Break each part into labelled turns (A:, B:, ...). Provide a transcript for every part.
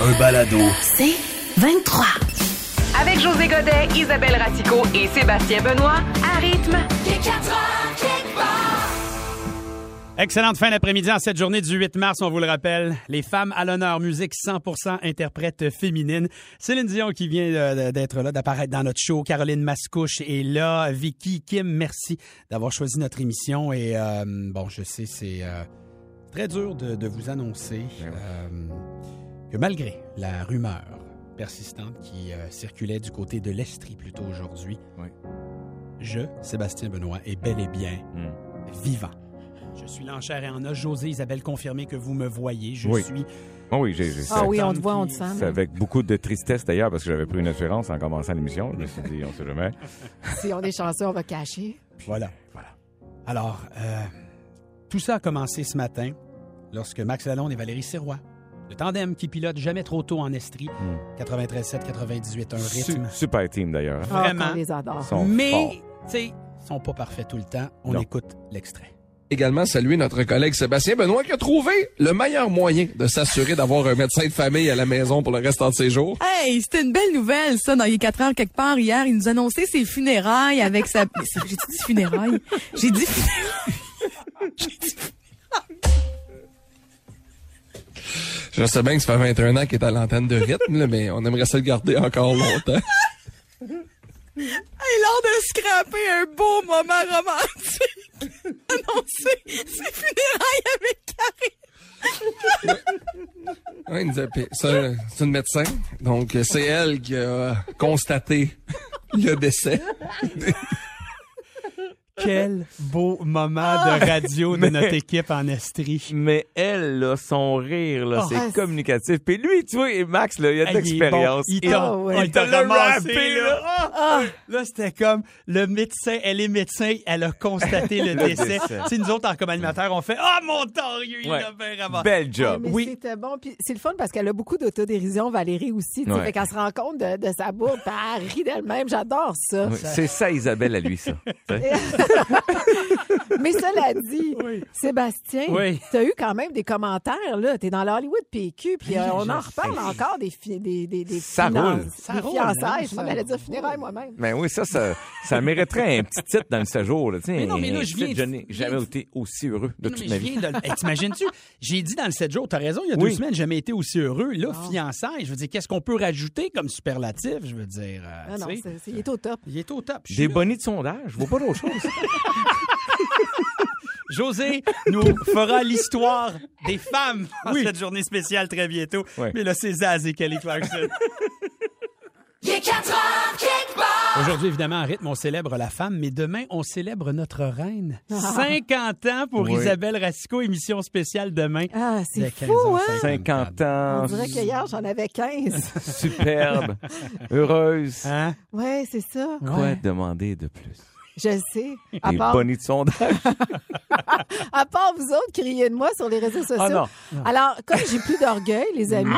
A: Un balado.
B: C'est 23.
C: Avec José Godet, Isabelle Ratico et Sébastien Benoît, à rythme. Les 4 heures,
D: Excellente fin d'après-midi en cette journée du 8 mars, on vous le rappelle. Les femmes à l'honneur, musique 100% interprète féminine. Céline Dion qui vient d'être là, d'apparaître dans notre show. Caroline Mascouche est là. Vicky, Kim, merci d'avoir choisi notre émission. Et euh, bon, je sais, c'est euh, très dur de, de vous annoncer
E: Eh
D: euh, que malgré la rumeur persistante qui euh, circulait du côté de l'Estrie plus tôt aujourd'hui,
E: Oui.
D: je, Sébastien Benoît, est bel et bien
E: Hmm.
D: vivant. Je suis là en chair et en os. José Isabelle, confirmez que vous me voyez. Je
E: Oui.
D: suis.
E: Ah oui, j'ai, j'ai-
D: cet
F: Ah oui, on
D: homme
F: te voit, on
D: qui-
F: te sent.
E: c'est avec beaucoup de tristesse d'ailleurs parce que j'avais pris une assurance en commençant l'émission. Je me suis dit, on sait jamais.
F: Si on est chanceux, on va cacher.
D: Voilà. voilà. Alors, euh, tout ça a commencé ce matin lorsque Max Lalonde et Valérie Sirois, le tandem qui pilote jamais trop tôt en Estrie, 93-7, 98, un
E: Su-
D: rythme.
E: super team d'ailleurs. hein.
F: Ah,
D: Vraiment.
F: qu'on les adore.
E: Sont forts.
D: Ah, Mais, tu sais, ils sont pas parfaits tout le temps. On
E: Non.
D: écoute l'extrait.
G: également saluer notre collègue Sébastien Benoît qui a trouvé le meilleur moyen de s'assurer d'avoir un médecin de famille à la maison pour le restant de ses jours.
H: Hey, c'était une belle nouvelle, ça, dans les 4 heures quelque part hier. Il nous annonçait ses funérailles avec sa... J'ai dit funérailles? J'ai dit funérailles.
G: Je sais bien que ça fait 21 ans qu'il est à l'antenne de rythme, là, mais on aimerait ça le garder encore longtemps.
H: Hey, l'heure de scraper un beau moment romantique. Annoncer ses funérailles avec Karine.
G: Ouais, il nous a- puis ça, C'est une médecin, donc euh, c'est elle qui a constaté le décès.
D: Quel beau moment de radio de notre équipe en Estrie.
E: Mais elle, là, son rire, là,
D: Oh,
E: c'est
F: ouais.
E: communicatif. Puis lui, tu vois, et Max, là, il a de
D: Ah, il est bon.
E: l'expérience.
D: Il
E: Il-
D: t'a
F: Ah ouais.
D: il t'a
E: Il t'a
D: ramassé,
E: rappé,
D: là. Ah! Là, c'était comme le médecin, elle est médecin, elle a constaté le
E: Le
D: décès.
E: décès.
D: Tu sais, nous autres, en comme animateurs, on fait Ah mon torieux, il
E: Ouais. Ben,
D: a bien ramassé.
E: Bel job.
F: Mais
D: Oui.
F: c'était bon. Puis c'est le fun parce qu'elle a beaucoup d'autodérision, Valérie aussi. tu sais,
E: Ouais.
F: Fait qu'elle se rend compte de, de sa bourde. puis Elle rit d'elle-même. J'adore ça.
E: Oui, C'est ça, Isabelle, à lui, ça.
F: Mais cela dit, Sébastien,
D: Oui.
F: tu as eu quand même des commentaires. là. Tu es dans l'Hollywood PQ. Puis euh, on en reparle encore des, fi- des, des, des
E: Ça
F: finances,
E: roule.
D: Ça
F: des
D: roule, hein,
F: fiançailles.
D: ça
F: On allait dire funérailles moi-même.
E: Mais oui, ça, ça, ça mériterait un petit titre dans le séjour. Là, tu sais,
D: Mais non, mais là,
E: un
D: je
E: titre,
D: viens
E: Je
D: de-
E: n'ai jamais
D: viens de-
E: été aussi heureux de
D: Non,
E: toute
D: mais
E: ma
D: je
E: vie.
D: viens de le- Hey, T'imagines-tu? J'ai dit dans le 7 jours, t'as raison, il y a
E: Oui.
D: deux semaines, j'ai jamais été aussi heureux. Là, fiançailles, je veux dire, qu'est-ce qu'on peut rajouter comme superlatif? Je veux dire, euh,
F: Ah Non, non,
D: tu sais,
F: c'est- c'est- il est au top.
D: il est au top. Je suis
E: Des
D: là.
E: bonnets de sondage, je vois pas d'autre chose.
D: José nous fera l'histoire des femmes en cette journée spéciale très bientôt.
E: Ouais.
D: Mais là, c'est Zaz et Kelly Clarkson. Aujourd'hui, évidemment, en rythme, on célèbre la femme, mais demain, on célèbre notre reine.
F: Ah.
D: 50 ans pour
E: Oui.
D: Isabelle Racicot, émission spéciale demain.
F: Ah,
D: de
F: c'est
D: 15
F: fou,
D: h
F: hein?
E: 50
F: On
E: ans,
F: dirait qu'hier, j'en avais 15.
E: superbe, heureuse.
D: Hein?
F: Oui, c'est ça.
E: Quoi demander de plus?
F: Je sais. À
E: Des
F: part,
E: bonnets de sondage.
F: à part vous autres, criez de moi sur les réseaux sociaux.
E: Ah non. Mm-hmm.
F: Alors, comme j'ai plus d'orgueil, les amis,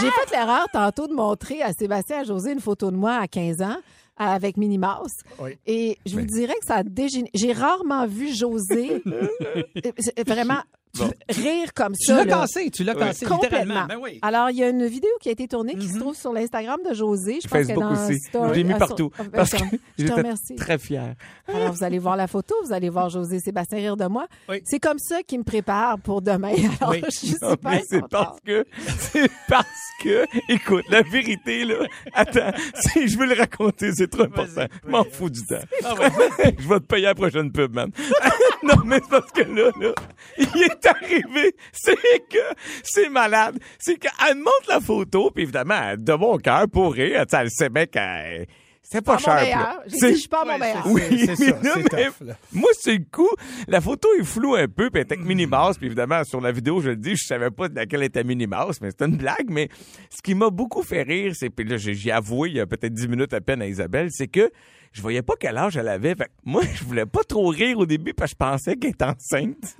F: j'ai fait l'erreur tantôt de montrer à Sébastien et à José une photo de moi à 15 ans avec Minnie Mouse.
D: Oui.
F: Et je vous
E: Mais-
F: dirais que ça a dégénéré. J'ai rarement vu José euh, c'est vraiment rire comme
D: Tu
F: ça.
D: l'as
F: là.
D: cassé, tu l'as cassé, littéralement.
F: Complètement.
D: Ben oui.
F: Alors, il y a une vidéo qui a été tournée qui se trouve sur l'Instagram de José. Je pense que
E: Mm-hmm. Facebook
F: dans
E: aussi.
F: Story-
E: Je l'ai mis
F: ah, sur-
E: partout.
F: ah, ben,
E: Parce
F: je te
E: que
F: rem- je te
E: j'étais
F: remercie.
E: très fier.
F: Alors, vous allez voir la photo, vous allez voir José Sébastien rire de moi.
D: Oui.
F: C'est comme ça qu'il me prépare pour demain. Alors,
D: Oui.
F: je suis
E: Non,
F: super
E: Ah, mais c'est
F: contente.
E: parce que, c'est parce que, écoute, la vérité, là, attends, si je veux le raconter, c'est trop important. Je m'en fous du temps.
F: Ah
E: je vais te payer la prochaine pub, man. non, mais c'est parce que là, là, il est arrivé, c'est que, c'est malade, c'est qu'elle me montre la photo, puis évidemment, elle, de bon cœur, pour rire, tu sais, elle sait bien qu'elle, C'est pas,
F: suis pas mon
E: cher.
F: meilleur.
E: plat.
F: J'ai
E: C'est-
F: dit, je suis pas mon meilleur.
E: Oui,
D: c'est
E: mais
D: ça,
E: non,
D: c'est
E: mais
D: tough, là.
E: moi, c'est le coup. La photo est floue un peu, puis elle était avec Minnie Mouse, puis évidemment, sur la vidéo, je le dis, je savais pas de laquelle était Minnie Mouse, mais c'était une blague, mais ce qui m'a beaucoup fait rire, c'est, puis là, j'ai j'ai avoué il y a peut-être 10 minutes à peine à Isabelle, c'est que je voyais pas quel âge elle avait. Fait que moi, je voulais pas trop rire au début, parce que je pensais qu'elle était enceinte.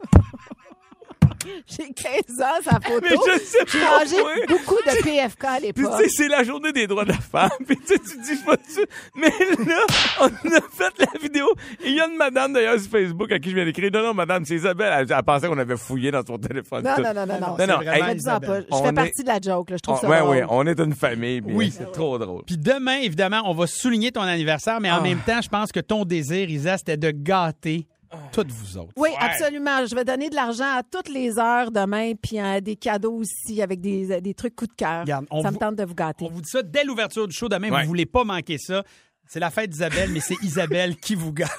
F: J'ai 15 ans, sa photo.
E: Mais je sais
F: J'ai
E: pas,
F: mangé
E: moi.
F: beaucoup de PFK à
E: Puis
F: l'époque.
E: tu sais, c'est la journée des droits de la femme. Puis tu sais, tu dis, je vais dessus. Mais là, on a fait la vidéo. Et il y a une madame d'ailleurs sur Facebook à qui je viens d'écrire. Non, non, madame, c'est Isabelle. Elle, elle pensait qu'on avait fouillé dans son téléphone.
F: Non,
E: tout.
F: non, non, non,
E: Non, non,
F: non. c'est
E: hey,
F: vraiment abusant pas.
D: Isabelle,
F: Je
E: on est-
F: fais partie de la joke, là. Je trouve
E: On-
F: ça
E: ouais,
F: drôle.
E: oui, on est une famille. puis
D: Oui.
E: C'est trop drôle.
D: Puis demain, évidemment, on va souligner ton anniversaire,
F: Ah.
D: mais en même temps, je pense que ton désir, Isa, c'était de gâter toutes vous autres.
F: Oui, absolument. Je vais donner de l'argent à toutes les heures demain, puis euh, des cadeaux aussi avec des, des trucs coup de cœur. Ça
D: Regarde, on
F: me
D: vous-
F: tente de vous gâter.
D: On vous dit ça dès l'ouverture du show demain.
E: Ouais.
D: Vous voulez pas manquer ça. C'est la fête d'Isabelle, mais c'est Isabelle qui vous gâte.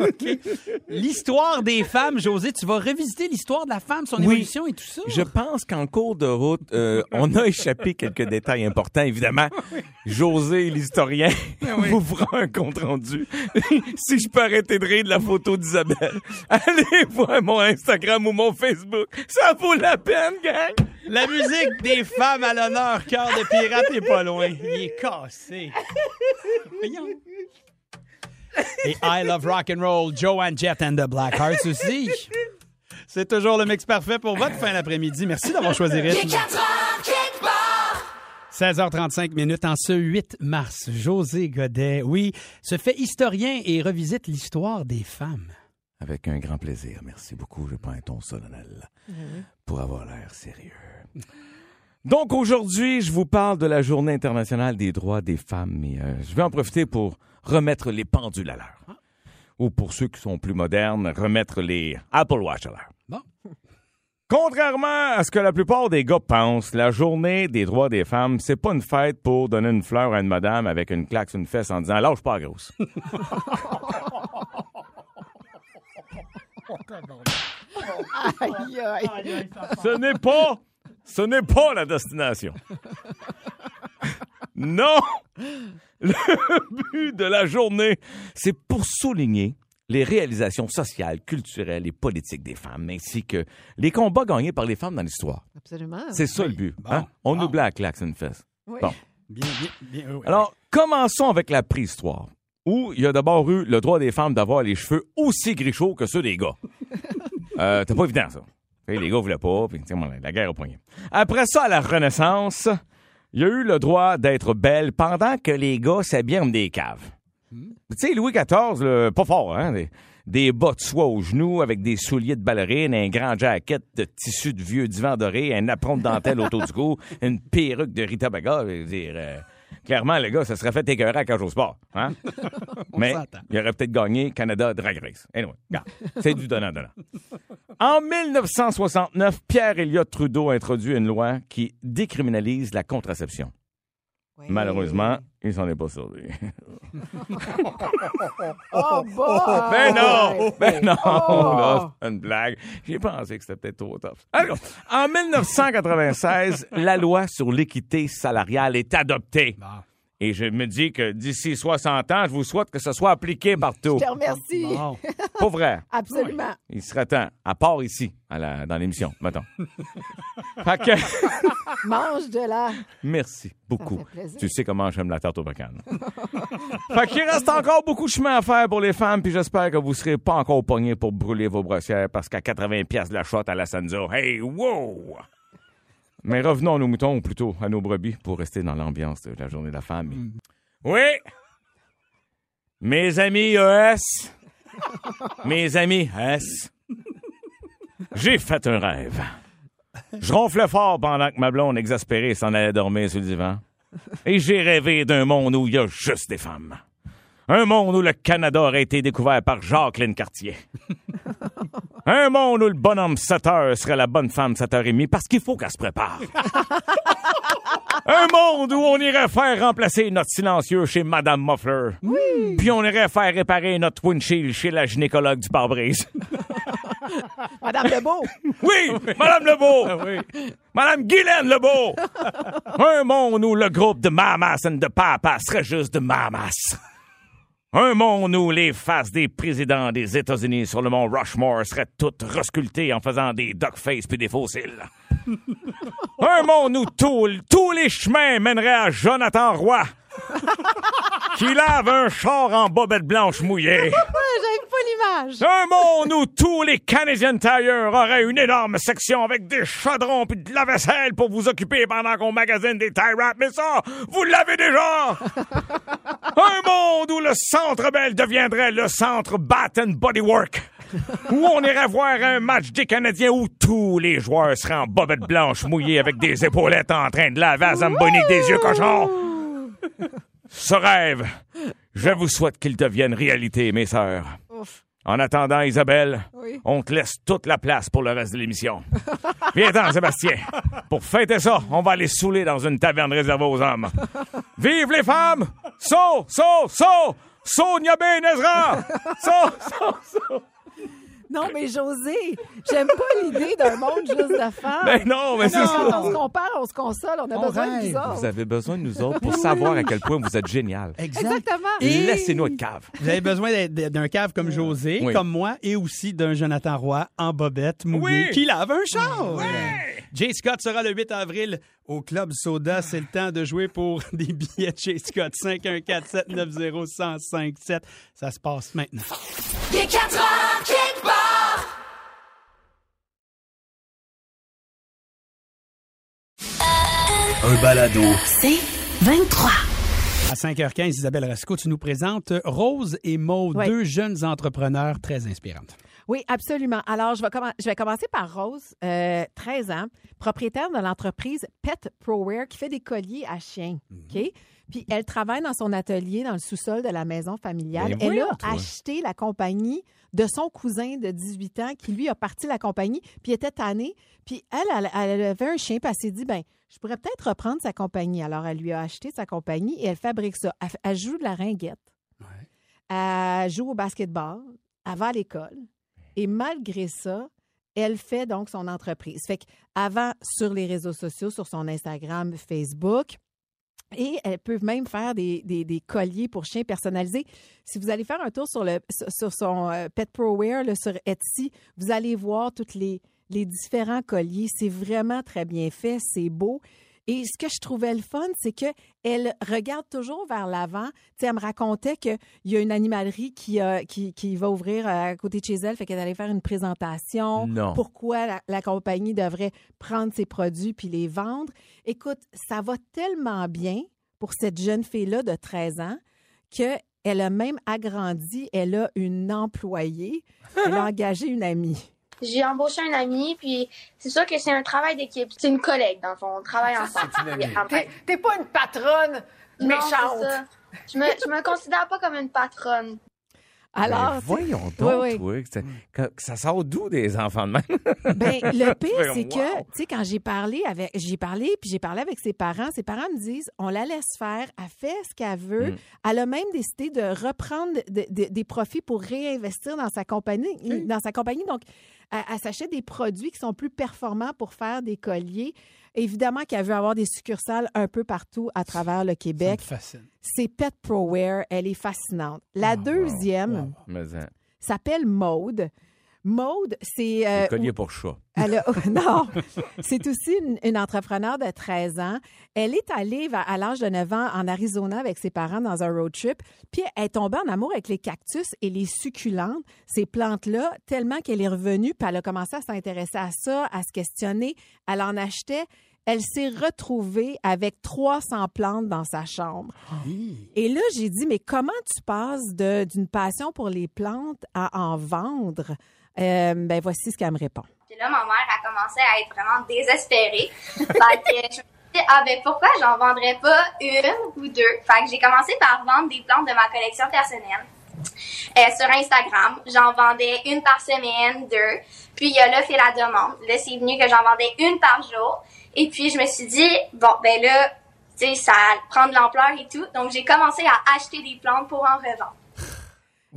D: OK? L'histoire des femmes, José, tu vas revisiter l'histoire de la femme, son
E: Oui.
D: évolution et tout ça.
E: Je pense qu'en cours de route, euh, on a échappé quelques détails importants, évidemment. José, l'historien, vous fera un compte-rendu. si je peux arrêter de rire de la photo d'Isabelle, allez voir mon Instagram ou mon Facebook. Ça vaut la peine, gang!
D: La musique des femmes à l'honneur, cœur de pirate est pas loin. Il est cassé. Voyons. Et I Love Rock and Roll, Joanne Jett and the Black Hearts aussi. C'est toujours le mix parfait pour votre fin d'après-midi. Merci d'avoir choisi Rythme. 16h35 minutes en ce 8 mars. José Godet, oui, se fait historien et revisite l'histoire des femmes.
E: Avec un grand plaisir. Merci beaucoup. Je prends un ton solennel pour avoir l'air sérieux. Donc aujourd'hui, je vous parle de la Journée internationale des droits des femmes, mais euh, je vais en profiter pour remettre les pendules à l'heure. Ou pour ceux qui sont plus modernes, remettre les Apple Watch à l'heure.
D: Bon.
E: Contrairement à ce que la plupart des gars pensent, la journée des droits des femmes, c'est pas une fête pour donner une fleur à une madame avec une claque sur une fesse en disant lâche pas grosse.
F: Aïe, aïe.
E: Ce n'est pas, ce n'est pas la destination. Non! Le but de la journée, c'est pour souligner les réalisations sociales, culturelles et politiques des femmes, ainsi que les combats gagnés par les femmes dans l'histoire.
F: Absolument.
E: C'est ça le but. hein? On oublie la claque, c'est une fesse.
F: Oui.
E: Bon.
D: Bien, bien, bien. oui.
E: Alors, commençons avec la préhistoire, où il y a d'abord eu le droit des femmes d'avoir les cheveux aussi gris chauds que ceux des gars. Euh, C'était pas évident, ça. Et les gars voulaient pas, puis tiens, bon, la guerre au poignet. Après ça, à la Renaissance, il y a eu le droit d'être belle pendant que les gars s'habillaient comme des caves. Tu sais, Louis XIV, là, pas fort, hein? Des, des bas de soie aux genoux avec des souliers de ballerine, un grand jacket de tissu de vieux divan doré, un apron de dentelle autour du cou, une perruque de Rita Baga. Je veux dire, euh, clairement, le gars, ça serait fait écœurer à cage au sport. Hein? Mais
D: s'entend.
E: il aurait peut-être gagné Canada Drag Race. Anyway, regarde, c'est du donnant-donnant. En 1969, Pierre Elliott Trudeau introduit une loi qui décriminalise la contraception.
F: Oui.
E: Malheureusement, il s'en est pas sorti.
F: Oh, bon.
E: Ben non! Ben non!
F: Oh.
E: Là, c'est une blague. J'ai pensé que c'était peut-être trop tough. Alors, en 1996, la loi sur l'équité salariale est adoptée.
F: Bah.
E: Et je me dis que d'ici 60 ans, je vous souhaite que ce soit appliqué partout.
F: Je te remercie.
D: Bon.
E: Pas vrai?
F: Ah. Absolument.
E: Il serait temps, à part ici, à la- dans l'émission, mettons. Fait que-
F: Mange de la.
E: Merci beaucoup.
F: fait plaisir.
E: Tu sais comment j'aime la tarte au bacane. fait qu'il reste encore beaucoup de chemin à faire pour les femmes, puis j'espère que vous serez pas encore pognés pour brûler vos brossières, parce qu'à 80 pièces la shot à la Sanzo, hey, wow! Mais revenons à nos moutons, ou plutôt à nos brebis, pour rester dans l'ambiance de la journée de la femme.
F: Mm.
E: Oui! Mes amis ES, mes amis S, j'ai fait un rêve. Je ronflais fort pendant que ma blonde exaspérée s'en allait dormir sur le divan. Et j'ai rêvé d'un monde où il y a juste des femmes. Un monde où le Canada aurait été découvert par Jacqueline Cartier. Un monde où le bonhomme 7 heures serait la bonne femme 7 h 30 parce qu'il faut qu'elle se prépare. Un monde où on irait faire remplacer notre silencieux chez Madame Muffler. Puis on irait faire réparer notre windshield chez la gynécologue du pare-brise.
F: Madame Lebeau.
E: Oui, Madame Lebeau. Madame Guylaine Lebeau. Un monde où le groupe de mamas and de papas serait juste de mamas. Un monde où les faces des présidents des États-Unis sur le mont Rushmore seraient toutes resculptées en faisant des duckface puis des fossiles. Un monde où tout- tous les chemins mèneraient à Jonathan Roy, qui lave un char en bobette blanche mouillée.
F: pas l'image.
E: Un monde où tous les Canadian Tire auraient une énorme section avec des chaudrons puis de la vaisselle pour vous occuper pendant qu'on magasine des tie wraps. Mais ça, vous l'avez déjà! Un monde où le Centre Bell deviendrait le Centre Bat and Bodywork. Où on irait voir un match des Canadiens où tous les joueurs seraient en bobette blanche mouillée avec des épaulettes en train de laver à Zamboni des yeux cochons. Ce rêve, je vous souhaite qu'il devienne réalité, mes sœurs. En attendant, Isabelle, on te laisse toute la place pour le reste de l'émission. Viens-t'en, Sébastien. Pour fêter ça, on va aller saouler dans une taverne réservée aux hommes. Vive les femmes! Saut, saut, saut! Saut, Niabé, Nezra! Saut, saut, saut!
F: Non, mais José, j'aime pas l'idée d'un monde juste de femmes.
E: Ben non, mais c'est ça.
F: Quand on se compare, on se console, on a besoin de vous autres.
E: Vous avez besoin de nous autres pour savoir à quel point vous êtes génial.
F: Exactement.
E: Laissez-nous être cave.
D: Vous avez besoin d'être- d'un cave comme José,
E: Oui.
D: comme moi, et aussi d'un Jonathan Roy en bobette mouillée
E: Oui.
D: qui lave un char. Jay Scott sera le 8 avril au Club Soda. C'est le temps de jouer pour des billets de Jay Scott. 514-790-1057. Ça se passe maintenant.
A: Les 4 heures kickbar.
D: Un balado.
B: C'est 23.
D: À 5h15, Isabelle Rasco, tu nous présentes Rose et Maud,
F: Oui.
D: deux jeunes entrepreneurs très inspirantes.
F: Oui, absolument. Alors, je vais, commen- je vais commencer par Rose, euh, 13 ans, propriétaire de l'entreprise Pet Prowear qui fait des colliers à chiens.
E: Mhm.
F: OK? Puis elle travaille dans son atelier dans le sous-sol de la maison familiale.
E: Ben
F: elle
E: voyons,
F: a
E: toi.
F: acheté la compagnie de son cousin de 18 ans qui, lui, a parti la compagnie puis était tanné. Puis elle, elle, elle avait un chien puis elle s'est dit, ben je pourrais peut-être reprendre sa compagnie. Alors, elle lui a acheté sa compagnie et elle fabrique ça. Elle, f- elle joue de la ringuette. Elle joue au basketball. Elle va à l'école. Et malgré ça, elle fait donc son entreprise. Fait qu'avant, sur les réseaux sociaux, sur son Instagram, Facebook, et elle peut même faire des, des- des colliers pour chiens personnalisés. Si vous allez faire un tour sur, le, sur- sur son euh, Pet Pro Wear, là, sur Etsy, vous allez voir toutes les, les différents colliers. C'est vraiment très bien fait, c'est beau. Et ce que je trouvais le fun, c'est que elle regarde toujours vers l'avant. Tu sais, elle me racontait qu'il y a une animalerie qui, a- qui, qui va ouvrir euh, à côté de chez elle, fait qu'elle allait faire une présentation.
E: Non.
F: Pourquoi la, la compagnie devrait prendre ses produits puis les vendre. Écoute, ça va tellement bien pour cette jeune fille-là de 13 ans qu'elle a même agrandi. Elle a une employée. Elle a engagé une amie.
I: J'ai embauché un ami, puis c'est sûr que c'est un travail d'équipe. C'est une collègue, dans le fond. On travaille ensemble. T'es, pas une patronne
J: méchante.
I: Je me, je me considère pas comme une patronne.
F: Alors,
E: Ben, voyons
F: c'est-
E: donc,
F: Oui, oui.
E: toi, que ça- que- que ça sort d'où des enfants de même?
F: Ben, le pire, c'est que,
E: Wow.
F: tu sais, quand j'ai parlé avec, j'ai parlé, puis j'ai parlé avec ses parents, ses parents me disent, on la laisse faire, elle fait ce qu'elle veut.
E: Mm.
F: Elle a même décidé de reprendre de- de- des profits pour réinvestir dans sa compagnie, dans sa compagnie. Donc, elle, elle s'achète des produits qui sont plus performants pour faire des colliers. Évidemment qu'elle veut avoir des succursales un peu partout à travers le Québec.
D: Fascine.
F: C'est Pet Pro Wear, elle est fascinante.
E: Ah,
F: La deuxième
E: Mais, hein,
F: s'appelle Maude. Maude, c'est... euh,
E: des colliers pour chat.
F: elle a- oh, non, c'est aussi une, une entrepreneur de 13 ans. Elle est allée va- à l'âge de 9 ans en Arizona avec ses parents dans un road trip, puis elle est tombée en amour avec les cactus et les succulentes, ces plantes-là, tellement qu'elle est revenue, puis elle a commencé à s'intéresser à ça, à se questionner. Elle en achetait. Elle s'est retrouvée avec 300 plantes dans sa chambre. Et là, j'ai dit, mais comment tu passes de- d'une passion pour les plantes à en vendre? Euh, ben, voici ce qu'elle me répond.
J: Puis là, ma mère a commencé à être vraiment désespérée. fait que je me suis dit, ah ben pourquoi j'en vendrais pas une ou deux? Fait que j'ai commencé par vendre des plantes de ma collection personnelle euh, sur Instagram. J'en vendais une par semaine, deux. Puis il y a là fait la demande. Là, c'est venu que j'en vendais une par jour. Et puis je me suis dit, bon, ben là, tu sais, ça prend de l'ampleur et tout. Donc j'ai commencé à acheter des plantes pour en revendre.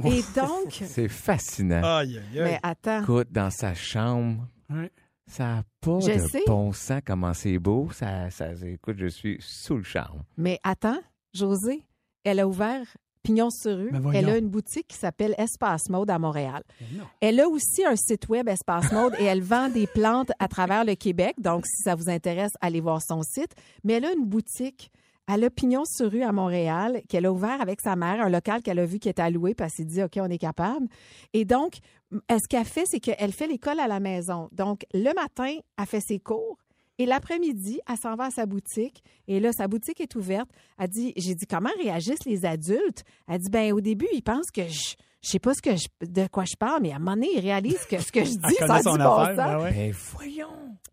F: Et donc,
E: C'est fascinant.
D: Aïe, aïe,
F: mais attends,
E: Écoute, dans sa chambre,
D: Ouais.
E: ça n'a pas
F: Je
E: de
F: sais.
E: bon sens comment c'est beau. Ça, ça, écoute, je suis sous le charme.
F: mais attends, José, elle a ouvert pignon sur rue.
K: Ben voyons. Ben
F: elle a une boutique qui s'appelle Espace Mode à Montréal. Elle a aussi un site web Espace Mode et elle vend des plantes à travers le Québec. Donc, si ça vous intéresse, allez voir son site. Mais elle a une boutique à l'Opinion sur rue à Montréal qu'elle a ouvert avec sa mère, un local qu'elle a vu qui était alloué, puis elle s'est dit, OK, on est capable. Et donc, euh, ce qu'elle fait, c'est qu'elle fait l'école à la maison. Donc, le matin, elle fait ses cours. Et l'après-midi, elle s'en va à sa boutique. Et là, sa boutique est ouverte. Elle dit, j'ai dit, comment réagissent les adultes? Elle dit, ben, au début, ils pensent que je, je sais pas ce que je, de quoi je parle, mais à un moment donné, ils réalisent que ce que je dis,
K: Elle
F: ça a
K: connaît
F: du
K: son
F: bon
K: affaire,
F: sens.
K: ben ouais. Ben,
F: voyons!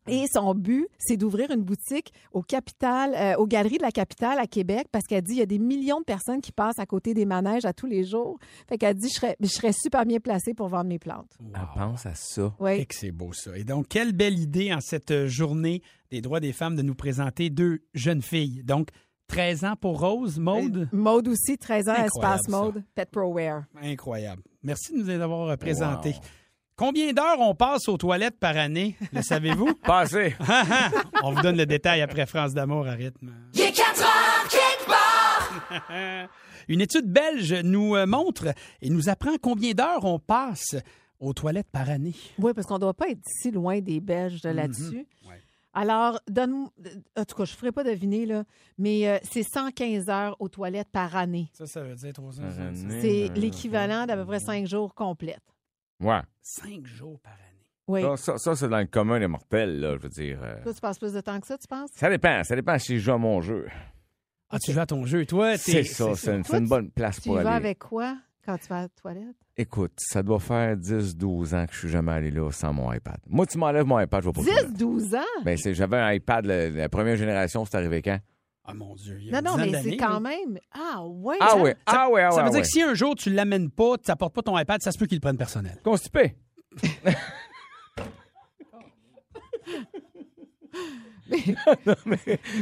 F: Et son but, c'est d'ouvrir une boutique au capital, euh, aux galeries de la capitale à Québec, parce qu'elle dit il y a des millions de personnes qui passent à côté des manèges à tous les jours. Fait qu'elle dit je serais, je serais super bien placée pour vendre mes plantes.
E: Ah,
D: Elle pense à ça.
F: Oui.
D: Et que c'est beau ça. Et donc, quelle belle idée en cette euh, journée des droits des femmes de nous présenter deux jeunes filles. Donc, 13 ans pour Rose, Maude.
F: Mode aussi, 13 ans,
D: Incroyable,
F: espace mode, pet pro wear.
D: Incroyable. Merci de nous les avoir euh, présentés. Combien d'heures on passe aux toilettes par année, le savez-vous?
E: Pas assez.
D: on vous donne le détail après France d'amour à rythme.
A: Il est 4 heures quelque part.
D: Une étude belge nous euh, montre et nous apprend combien d'heures on passe aux toilettes par année.
F: Oui, parce qu'on ne doit pas être si loin des Belges
E: Mhm.
F: de là-dessus. Alors, donne euh, En tout cas, je ne ferai pas deviner, là, mais euh, c'est 115 heures aux toilettes par année.
D: Ça, ça veut dire 300.
E: Par année,
F: C'est
E: euh,
F: l'équivalent d'à peu près 5 jours complètes.
E: Ouais.
D: 5 jours par année.
F: Oui.
E: Ça, ça, ça, c'est dans le commun des mortels, là, je veux dire. euh,
F: Toi, tu passes plus de temps que ça, tu penses?
E: Ça dépend, ça dépend si je joue à mon jeu.
D: Ah, tu joues à ton jeu, toi? t'es-
E: C'est ça, c'est une, c'est une bonne place
F: Tu y
E: pour aller.
F: vas avec quoi quand tu vas à la toilette?
E: Écoute, ça doit faire 10-12 ans que je suis jamais allé là sans mon iPad. Moi, tu m'enlèves mon iPad, je vais pas
F: 10, 12 ans?
E: Ben, c'est- j'avais un iPad, le- la première génération, c'est arrivé quand?
D: Ah, mon Dieu.
F: Non, non,
D: dizaine
F: mais c'est
D: d'années,
F: quand même. Ah, ouais.
E: Ah
F: ça-
E: ouais, ah ouais, ah ouais.
D: ça veut
E: ah
D: dire
E: ouais.
D: que si un jour tu l'amènes pas, tu n'apportes pas ton iPad, ça se peut qu'il le prenne personnel.
E: Constipé. non, mais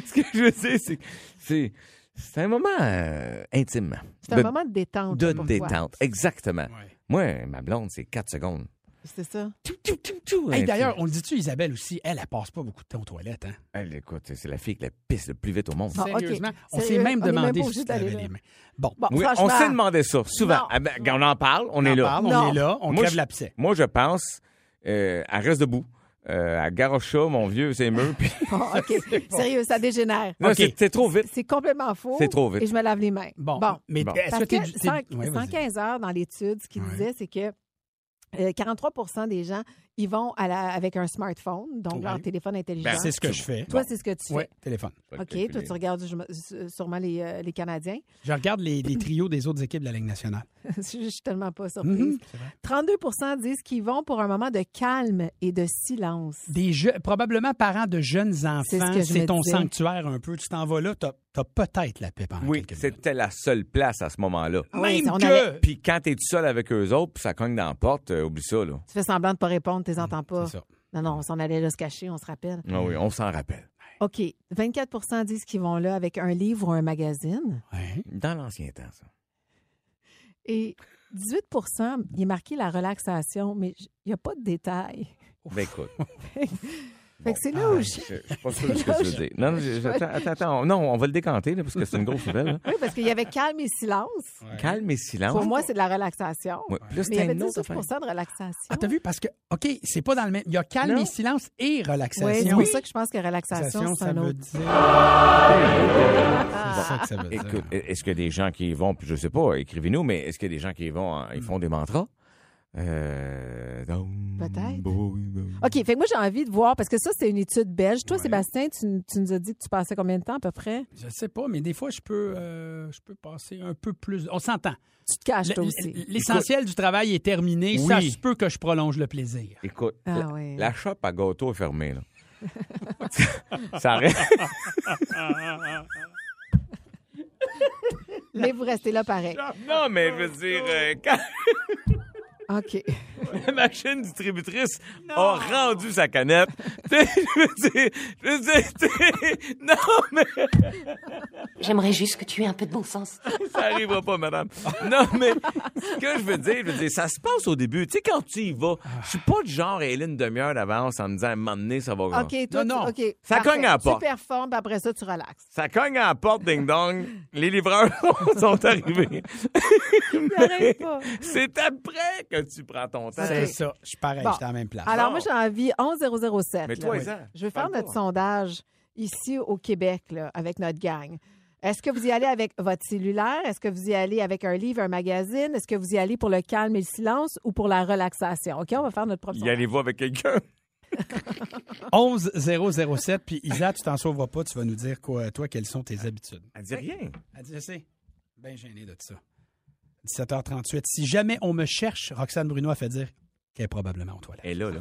E: ce que je sais, c'est que c'est, c'est un moment euh, intime.
F: C'est un
E: De-
F: moment de détente.
E: De
F: pour toi.
E: détente, exactement. Moi, ma blonde, c'est 4 secondes.
F: C'est ça.
E: tout.
D: Hey, D'ailleurs, on le dit-tu, Isabelle aussi, elle, elle passe pas beaucoup de temps aux toilettes. Hein?
E: Elle, écoute, c'est la fille qui la pisse le plus vite au monde.
D: Ah, Sérieusement,
F: ok.
D: on s'est
F: Sérieux,
D: même
F: on est même
D: demandé
F: pas
D: si
F: obligé
D: tu te lavais
F: d'aller là.
D: les mains. Bon,
E: Oui, on s'est demandé ça, souvent.
F: Non.
E: Ah ben, on en parle, on,
D: On
E: est
D: en
E: là.
D: parle, on Non. est là, on crève
E: je-
D: l'abcès.
E: Moi, je pense, euh, elle reste debout. Euh, à Garocha, mon vieux, c'est murs. Puis...
F: Ah, OK. Sérieux, ça dégénère.
E: Non, c'est- c'est trop vite.
F: C'est complètement faux.
E: C'est trop vite.
F: Et je me lave les mains. Bon.
E: mais Bon. est-ce
F: Parce
E: que t'es
F: que
E: du- t'es-
F: cent-
E: ouais, vas-y.
F: 115 heures dans l'étude, ce qu'il disait, c'est que euh, 43 des gens, ils vont à la- avec un smartphone, donc
D: Ouais.
F: leur téléphone intelligent.
D: Ben, c'est ce que je fais.
F: hein? Toi, c'est ce que tu
D: Oui,
F: fais.
D: téléphone.
F: OK, toi, tu regardes ju- euh, sûrement les, euh, les Canadiens.
D: Je regarde les, les trios des autres équipes de la Ligue nationale.
F: je suis tellement pas surprise.
D: Mhm,
F: 32 disent qu'ils vont pour un moment de calme et de silence.
D: Des jeux, probablement parents de jeunes
F: C'est ce
D: enfants,
F: que je
D: c'est
F: me
D: ton
F: disais.
D: sanctuaire un peu. Tu t'en vas là, t'as as, peut-être la paix pendant
E: Oui, c'était la seule place à ce moment-là.
F: Ah Oui,
E: Même
F: on
E: que...
F: avait-
E: Puis quand t'es tout seul avec eux autres, puis ça cogne dans la porte, euh, oublie ça, là.
F: Tu fais semblant de pas répondre, tu les entends pas. Non, non, on s'en allait là se cacher, on se rappelle.
E: Ah oui, on s'en rappelle.
F: OK, 24 disent qu'ils vont là avec un livre ou un magazine.
E: Dans l'ancien temps, ça.
F: Et 18 il est marqué la relaxation, mais j- il n'y a pas de détails.
E: Ben écoute. Euh,
F: Fait que c'est là où je...
E: Je je suis pas sûr de ce que tu veux dire. Non, non, je- je- attends, attends, attends. Non, on va le décanter, là, parce que c'est une grosse nouvelle. là.
F: Oui, parce qu'il y avait calme et silence.
E: Calme et silence.
F: Pour moi, c'est de la relaxation.
E: Ah Ouais, plus
F: mais il y
E: t'as
F: avait
E: une autre
F: 18 de relaxation.
D: Ah, t'as vu? Parce que, OK, c'est pas dans le même. Il y a calme
F: Non.
D: et silence et relaxation.
F: Oui, c'est pour ça que je pense que relaxation,
D: Relaxation,
F: c'est
D: ça
F: un
D: veut
F: autre. Ah.
E: Bon. Écoute, e, est-ce qu'il y a des gens qui y vont, puis je sais pas, écrivez-nous, mais est-ce qu'il y a des gens qui y vont, en-
F: Mm.
E: ils font des mantras? Euh, dum,
F: Peut-être.
E: boum, boum.
F: OK, fait que moi, j'ai envie de voir, parce que ça, c'est une étude belge. Toi, Sébastien, tu, tu nous as dit que tu passais combien de temps à peu près?
D: Je sais pas, mais des fois, je peux, euh, je peux passer un peu plus. On s'entend.
F: Tu te caches, toi aussi.
D: L'essentiel du travail est terminé.
E: Oui.
D: Ça se peut que je prolonge le plaisir.
E: Écoute,
F: Ah
E: la,
F: ouais.
E: la shop à gâteau est fermée, là. ça reste.
F: Mais vous restez là pareil.
E: non, mais je veux dire, euh, quand
F: OK.
E: la machine distributrice a rendu sa canette, tu sais, je veux dire, je veux dire, tu sais, Non, mais.
K: J'aimerais juste que tu aies un peu de bon sens.
E: Ça arrivera pas, madame. Non, mais ce que je veux dire, je veux dire, ça se passe au début. Tu sais, quand tu y vas, je suis pas du genre à aller une demi-heure d'avance en me disant, à un moment donné, ça va
F: OK, toi,
E: non, non.
F: tu- OK,
E: Ça
F: parfait.
E: cogne à la porte.
F: Tu performes, puis après ça, tu relaxes.
E: Ça cogne à la porte, ding-dong. Les livreurs sont arrivés.
F: arrêtent pas.
E: C'est après que tu prends ton temps.
D: C'est ça. Je suis pareil,
F: Bon. Ah,
D: j'étais à la même place.
F: Alors, moi, j'ai envie 11007.
E: Mais
F: là.
E: toi, Isa,
F: Je vais
E: parle
F: faire notre
E: pas.
F: sondage ici au Québec, là, avec notre gang. Est-ce que vous y allez avec votre cellulaire? Est-ce que vous y allez avec un livre, un magazine? Est-ce que vous y allez pour le calme et le silence ou pour la relaxation? OK, on va faire notre propre
E: Y allez-vous avec quelqu'un?
D: 11 007, puis Isa, tu t'en sauveras pas, tu vas nous dire quoi, toi, quelles sont tes habitudes.
E: Elle dit rien.
D: Elle dit, je sais. Bien gêné de ça. 17h38. Si jamais on me cherche, Roxane Bruno a fait dire qu'elle est probablement aux toilettes.
E: Et là, là.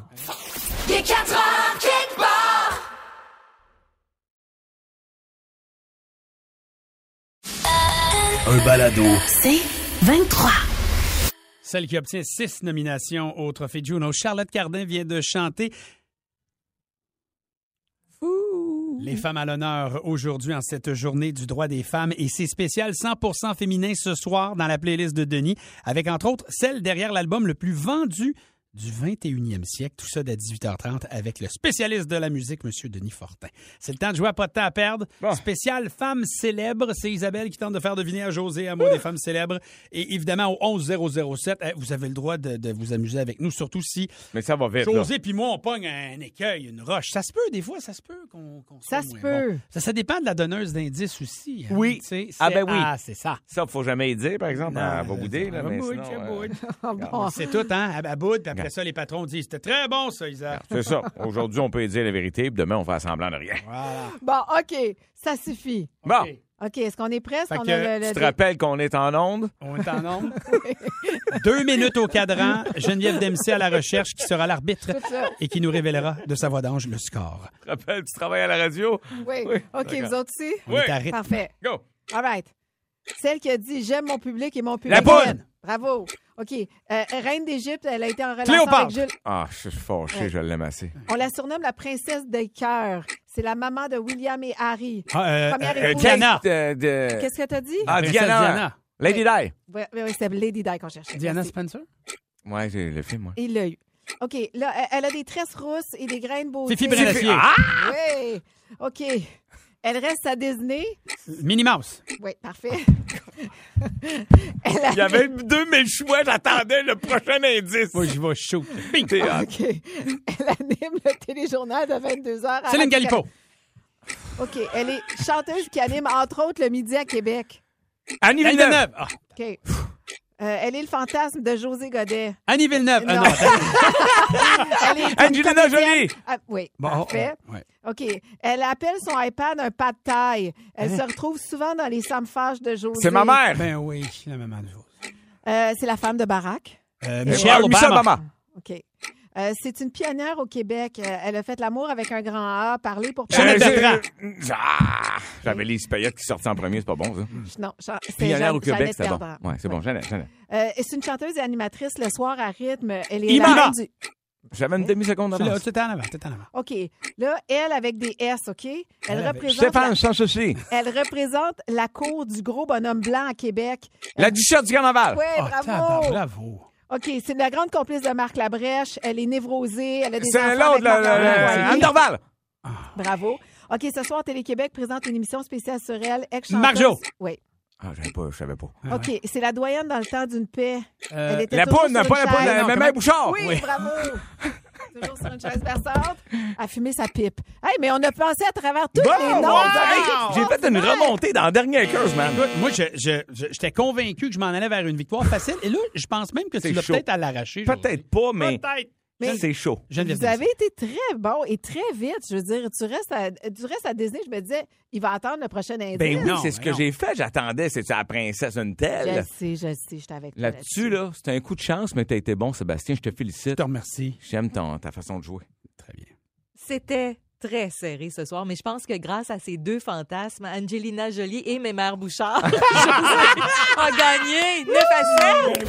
A: Il est 4 heures quelque part.
L: Un balado.
B: C'est 23.
D: Celle qui obtient six nominations au Trophée Juno, Charlotte Cardin vient de chanter Les femmes à l'honneur aujourd'hui en cette journée du droit des femmes et c'est spécial 100% féminin ce soir dans la playlist de Denis avec entre autres celle derrière l'album le plus vendu du 21e siècle, tout ça dès 18h30 avec le spécialiste de la musique, Monsieur Denis Fortin. C'est le temps de jouer à pas de temps à perdre. Spécial femmes célèbres, c'est Isabelle qui tente de faire deviner à José à moi des femmes célèbres. Et évidemment, au 11007, eh, vous avez le droit de, de vous amuser avec nous, surtout si
E: Mais ça va vite. là.
D: José puis moi, on pogne un écueil, une roche. Ça se peut, des fois, ça se peut qu'on qu'on soit
F: Ça se
D: moins
F: peut.
D: bon. Ça, ça dépend de la donneuse d'indices aussi. hein,
E: Oui.
D: tu sais,
E: Ah
D: c'est-
E: ben oui.
D: Ah, c'est ça.
E: Ça, faut jamais y dire, par exemple. Ah,
D: Non,
E: elle va bouder, là,
D: elle va
E: mais
D: bouder,
E: sinon,
D: elle
E: euh,
D: boude.
F: bon.
D: C'est tout, hein? À- À bout, puis après
E: Regarde.
D: ça, les patrons disent C'était très bon, ça, Isaac.
E: C'est ça. Aujourd'hui, on peut y dire la vérité, puis demain, on fait semblant de rien.
D: Voilà.
F: Bon, OK, ça suffit.
E: Bon,
F: OK, Ben, est-ce qu'on est prêt? Est-ce
E: Fait
F: qu'on
E: que
F: a le-
E: tu te
F: le-
E: rappelles qu'on est en onde?
D: On est en nombre. Deux minutes au cadran. Geneviève Dempsey à la recherche, qui sera l'arbitre
F: Tout ça.
D: et qui nous révélera de sa voix d'ange le score.
E: Tu te rappelles, tu travailles à la radio?
F: Oui. OK,
E: D'accord.
F: vous autres aussi?
D: On est à rythme.
F: Parfait.
E: Go.
F: All right. Celle qui a dit J'aime mon public et mon public.
E: La poule.
F: m'aime. Bravo. OK. Euh, Reine d'Égypte, elle a été en relation
E: Cléopâtre!
F: avec Jules.
E: Ah, je suis fâché,
F: Ouais. Euh,
E: je l'aime assez.
F: On la surnomme la princesse des cœurs. C'est la maman de William et Harry.
D: Ah, euh,
F: Première
D: euh,
F: épouse.
D: Diana.
E: De- de-
F: Qu'est-ce que t'as dit?
E: Ah,
D: Princesse
E: Diana.
D: Diana.
E: Lady Di.
F: Oui, oui, oui, c'est Lady Di qu'on cherchait.
D: Diana
F: Merci.
D: Spencer?
E: Ouais, j'ai le film, moi.
F: Il l'a eu. OK. Là, elle- elle a des tresses rousses et des graines beaux.
D: Fifi Brénassier.
E: Ah!
F: Oui. OK. Elle reste à Disney.
D: Minnie Mouse.
F: Oui, parfait. Elle a-
E: Il y avait 2000 choix, j'attendais le prochain indice.
D: Moi, j'y vais chaud. Bing!
E: T'es euh, hot.
F: OK. Elle anime le téléjournal de 22 heures. à
D: Céline
F: Radio-
D: Galipo.
F: OK. Elle est chanteuse qui anime, entre autres, le midi à Québec.
E: Annie
D: Annie
E: Villeneuve.
D: Villeneuve. Ah,
F: OK. Euh, elle est le fantasme de José Godet.
D: Annie Villeneuve. Ah,
F: Non.
D: non, attends.
F: Elle est une
E: Angelina
F: comédienne.
E: Jolie.
F: Ah, oui,
D: Bon, oh,
F: parfait.
D: ouais, ouais.
F: OK. Elle appelle son iPad un pas de taille. Elle se retrouve souvent dans les samfages de José.
E: Hein? C'est ma mère.
D: Ben oui, la maman de José.
F: Euh, c'est la femme de Barack.
D: Euh,
E: Euh, Michel Obama.
F: OK. Euh, c'est une pionnière au Québec. Euh, elle a fait l'amour avec un grand A, parler pour
D: Jeannette
F: parler.
D: Bertrand.
E: j'ai- Ah, J'avais les paillettes qui sortaient en premier, c'est pas bon, ça.
F: Non, Jean- c'est
E: Pionnière
F: Jean-
E: au Québec,
F: Jeannette
E: c'est bon.
F: Bertrand.
E: Ouais, c'est bon, Jeannette, Jeannette.
F: Euh, c'est une chanteuse et animatrice le soir à rythme. Elle est
D: Ima.
F: la reine du-
E: J'avais une demi-seconde
D: Tu
E: avant.
D: l'as, tu en avant, tu en avant.
F: OK. Là, elle avec des S, OK? Elle,
D: Elle avec-
F: représente la...
E: Stéphane, sans souci.
F: elle représente la cour du gros bonhomme blanc à Québec.
E: La duchesse du carnaval.
F: Oui,
D: Ah, tabarnak,
F: Eh, bravo!
D: bravo.
F: OK, c'est la grande complice de Marc Labrèche. Elle est névrosée. Elle a des
E: C'est
F: enfants
E: l'autre,
F: avec
E: la-
F: Marc
E: la-
F: Labrèche.
E: la-
F: Oui,
E: Anne Dorval.
F: Bravo. OK, ce soir, Télé-Québec présente une émission spéciale sur elle. ex
D: Marjo.
F: Oui.
E: Ah, j'avais pas, je savais pas.
D: Ah,
F: OK, c'est la doyenne dans le temps d'une paix.
D: Euh,
F: Elle était
E: La
F: toujours
E: poune,
F: sur
E: pas
F: une
E: la poune,
F: chaise.
E: la maman Bouchard.
F: Oui, bravo. toujours sur une chaise berçante. À fumer sa pipe. Hey, mais on a passé à travers tous
E: Bon,
F: les noms.
E: bon, hey,
F: Hey,
E: J'ai fait une remontée dans la dernière curse, man.
D: Écoute, moi, je- je- je- j'étais convaincu que je m'en allais vers une victoire facile. Et là, je pense même que
E: C'est
D: tu l'as
E: chaud.
D: peut-être à l'arracher. José.
E: Peut-être pas, mais
D: Peut-être.
F: Mais-
E: c'est chaud.
D: Geneviève
F: Vous avez été très bon et très vite. Je veux dire, tu restes à, tu restes à Disney. Je me disais, il va attendre le prochain indice.
E: Ben oui,
D: Non,
E: c'est ce
D: mais
E: que
D: non.
E: j'ai fait. J'attendais, c'est la princesse une
F: Je le
E: telle.
F: sais, je le sais, je t'avais
E: Là-dessus, là, c'était un coup de chance, mais t'as été bon, Sébastien. Je te
D: Je
E: félicite.
D: te remercie.
E: J'aime ton- ta façon de jouer.
D: Très bien.
H: C'était
M: très serré ce soir, mais je pense que grâce à ces deux fantasmes, Angelina Jolie et mes mères Bouchard,
E: Ah,
M: José a gagné 9 à 7.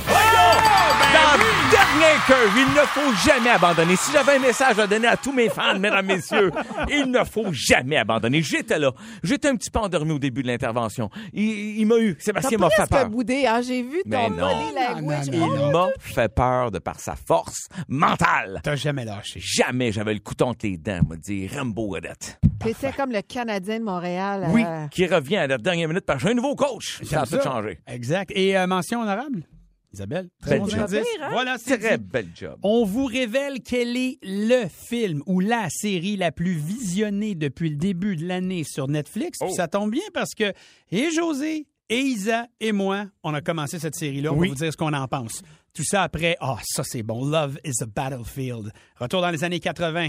E: Dans Dernier Curve, il ne faut jamais abandonner. Si j'avais un message à donner à tous mes fans, mesdames, messieurs, il ne faut jamais abandonner. J'étais là. J'étais un petit peu endormi au début de l'intervention. Il, il m'a eu. Sébastien m'a fait peur.
F: boudé, hein? J'ai vu
E: Mais
F: ton
E: non.
F: body language.
E: Il
M: Oh,
E: m'a fait peur de par sa force mentale.
D: T'as jamais lâché.
E: Jamais. J'avais le couteau entre les dents, m'a dit Rambo Odette.
F: C'était comme le Canadien de Montréal.
E: Oui,
F: euh,
E: qui revient à la dernière minute parce que j'ai un nouveau coach. Ça a
D: J'aime
E: tout changé.
D: Exact. Et euh, mention honorable, Isabelle. Très
E: Bel
D: bon
E: job.
D: indice.
E: Pire, hein?
D: Voilà, c'est
E: Très
D: dit.
E: bel job.
D: On vous révèle quel est le film ou la série la plus visionnée depuis le début de l'année sur Netflix.
E: Oh.
D: Puis ça tombe bien parce que et José et Isa et moi, on a commencé cette série-là. On
E: Oui.
D: va vous dire ce qu'on en pense. Tout ça après, ah, ça c'est bon. Love is a Battlefield. Retour dans les années 80.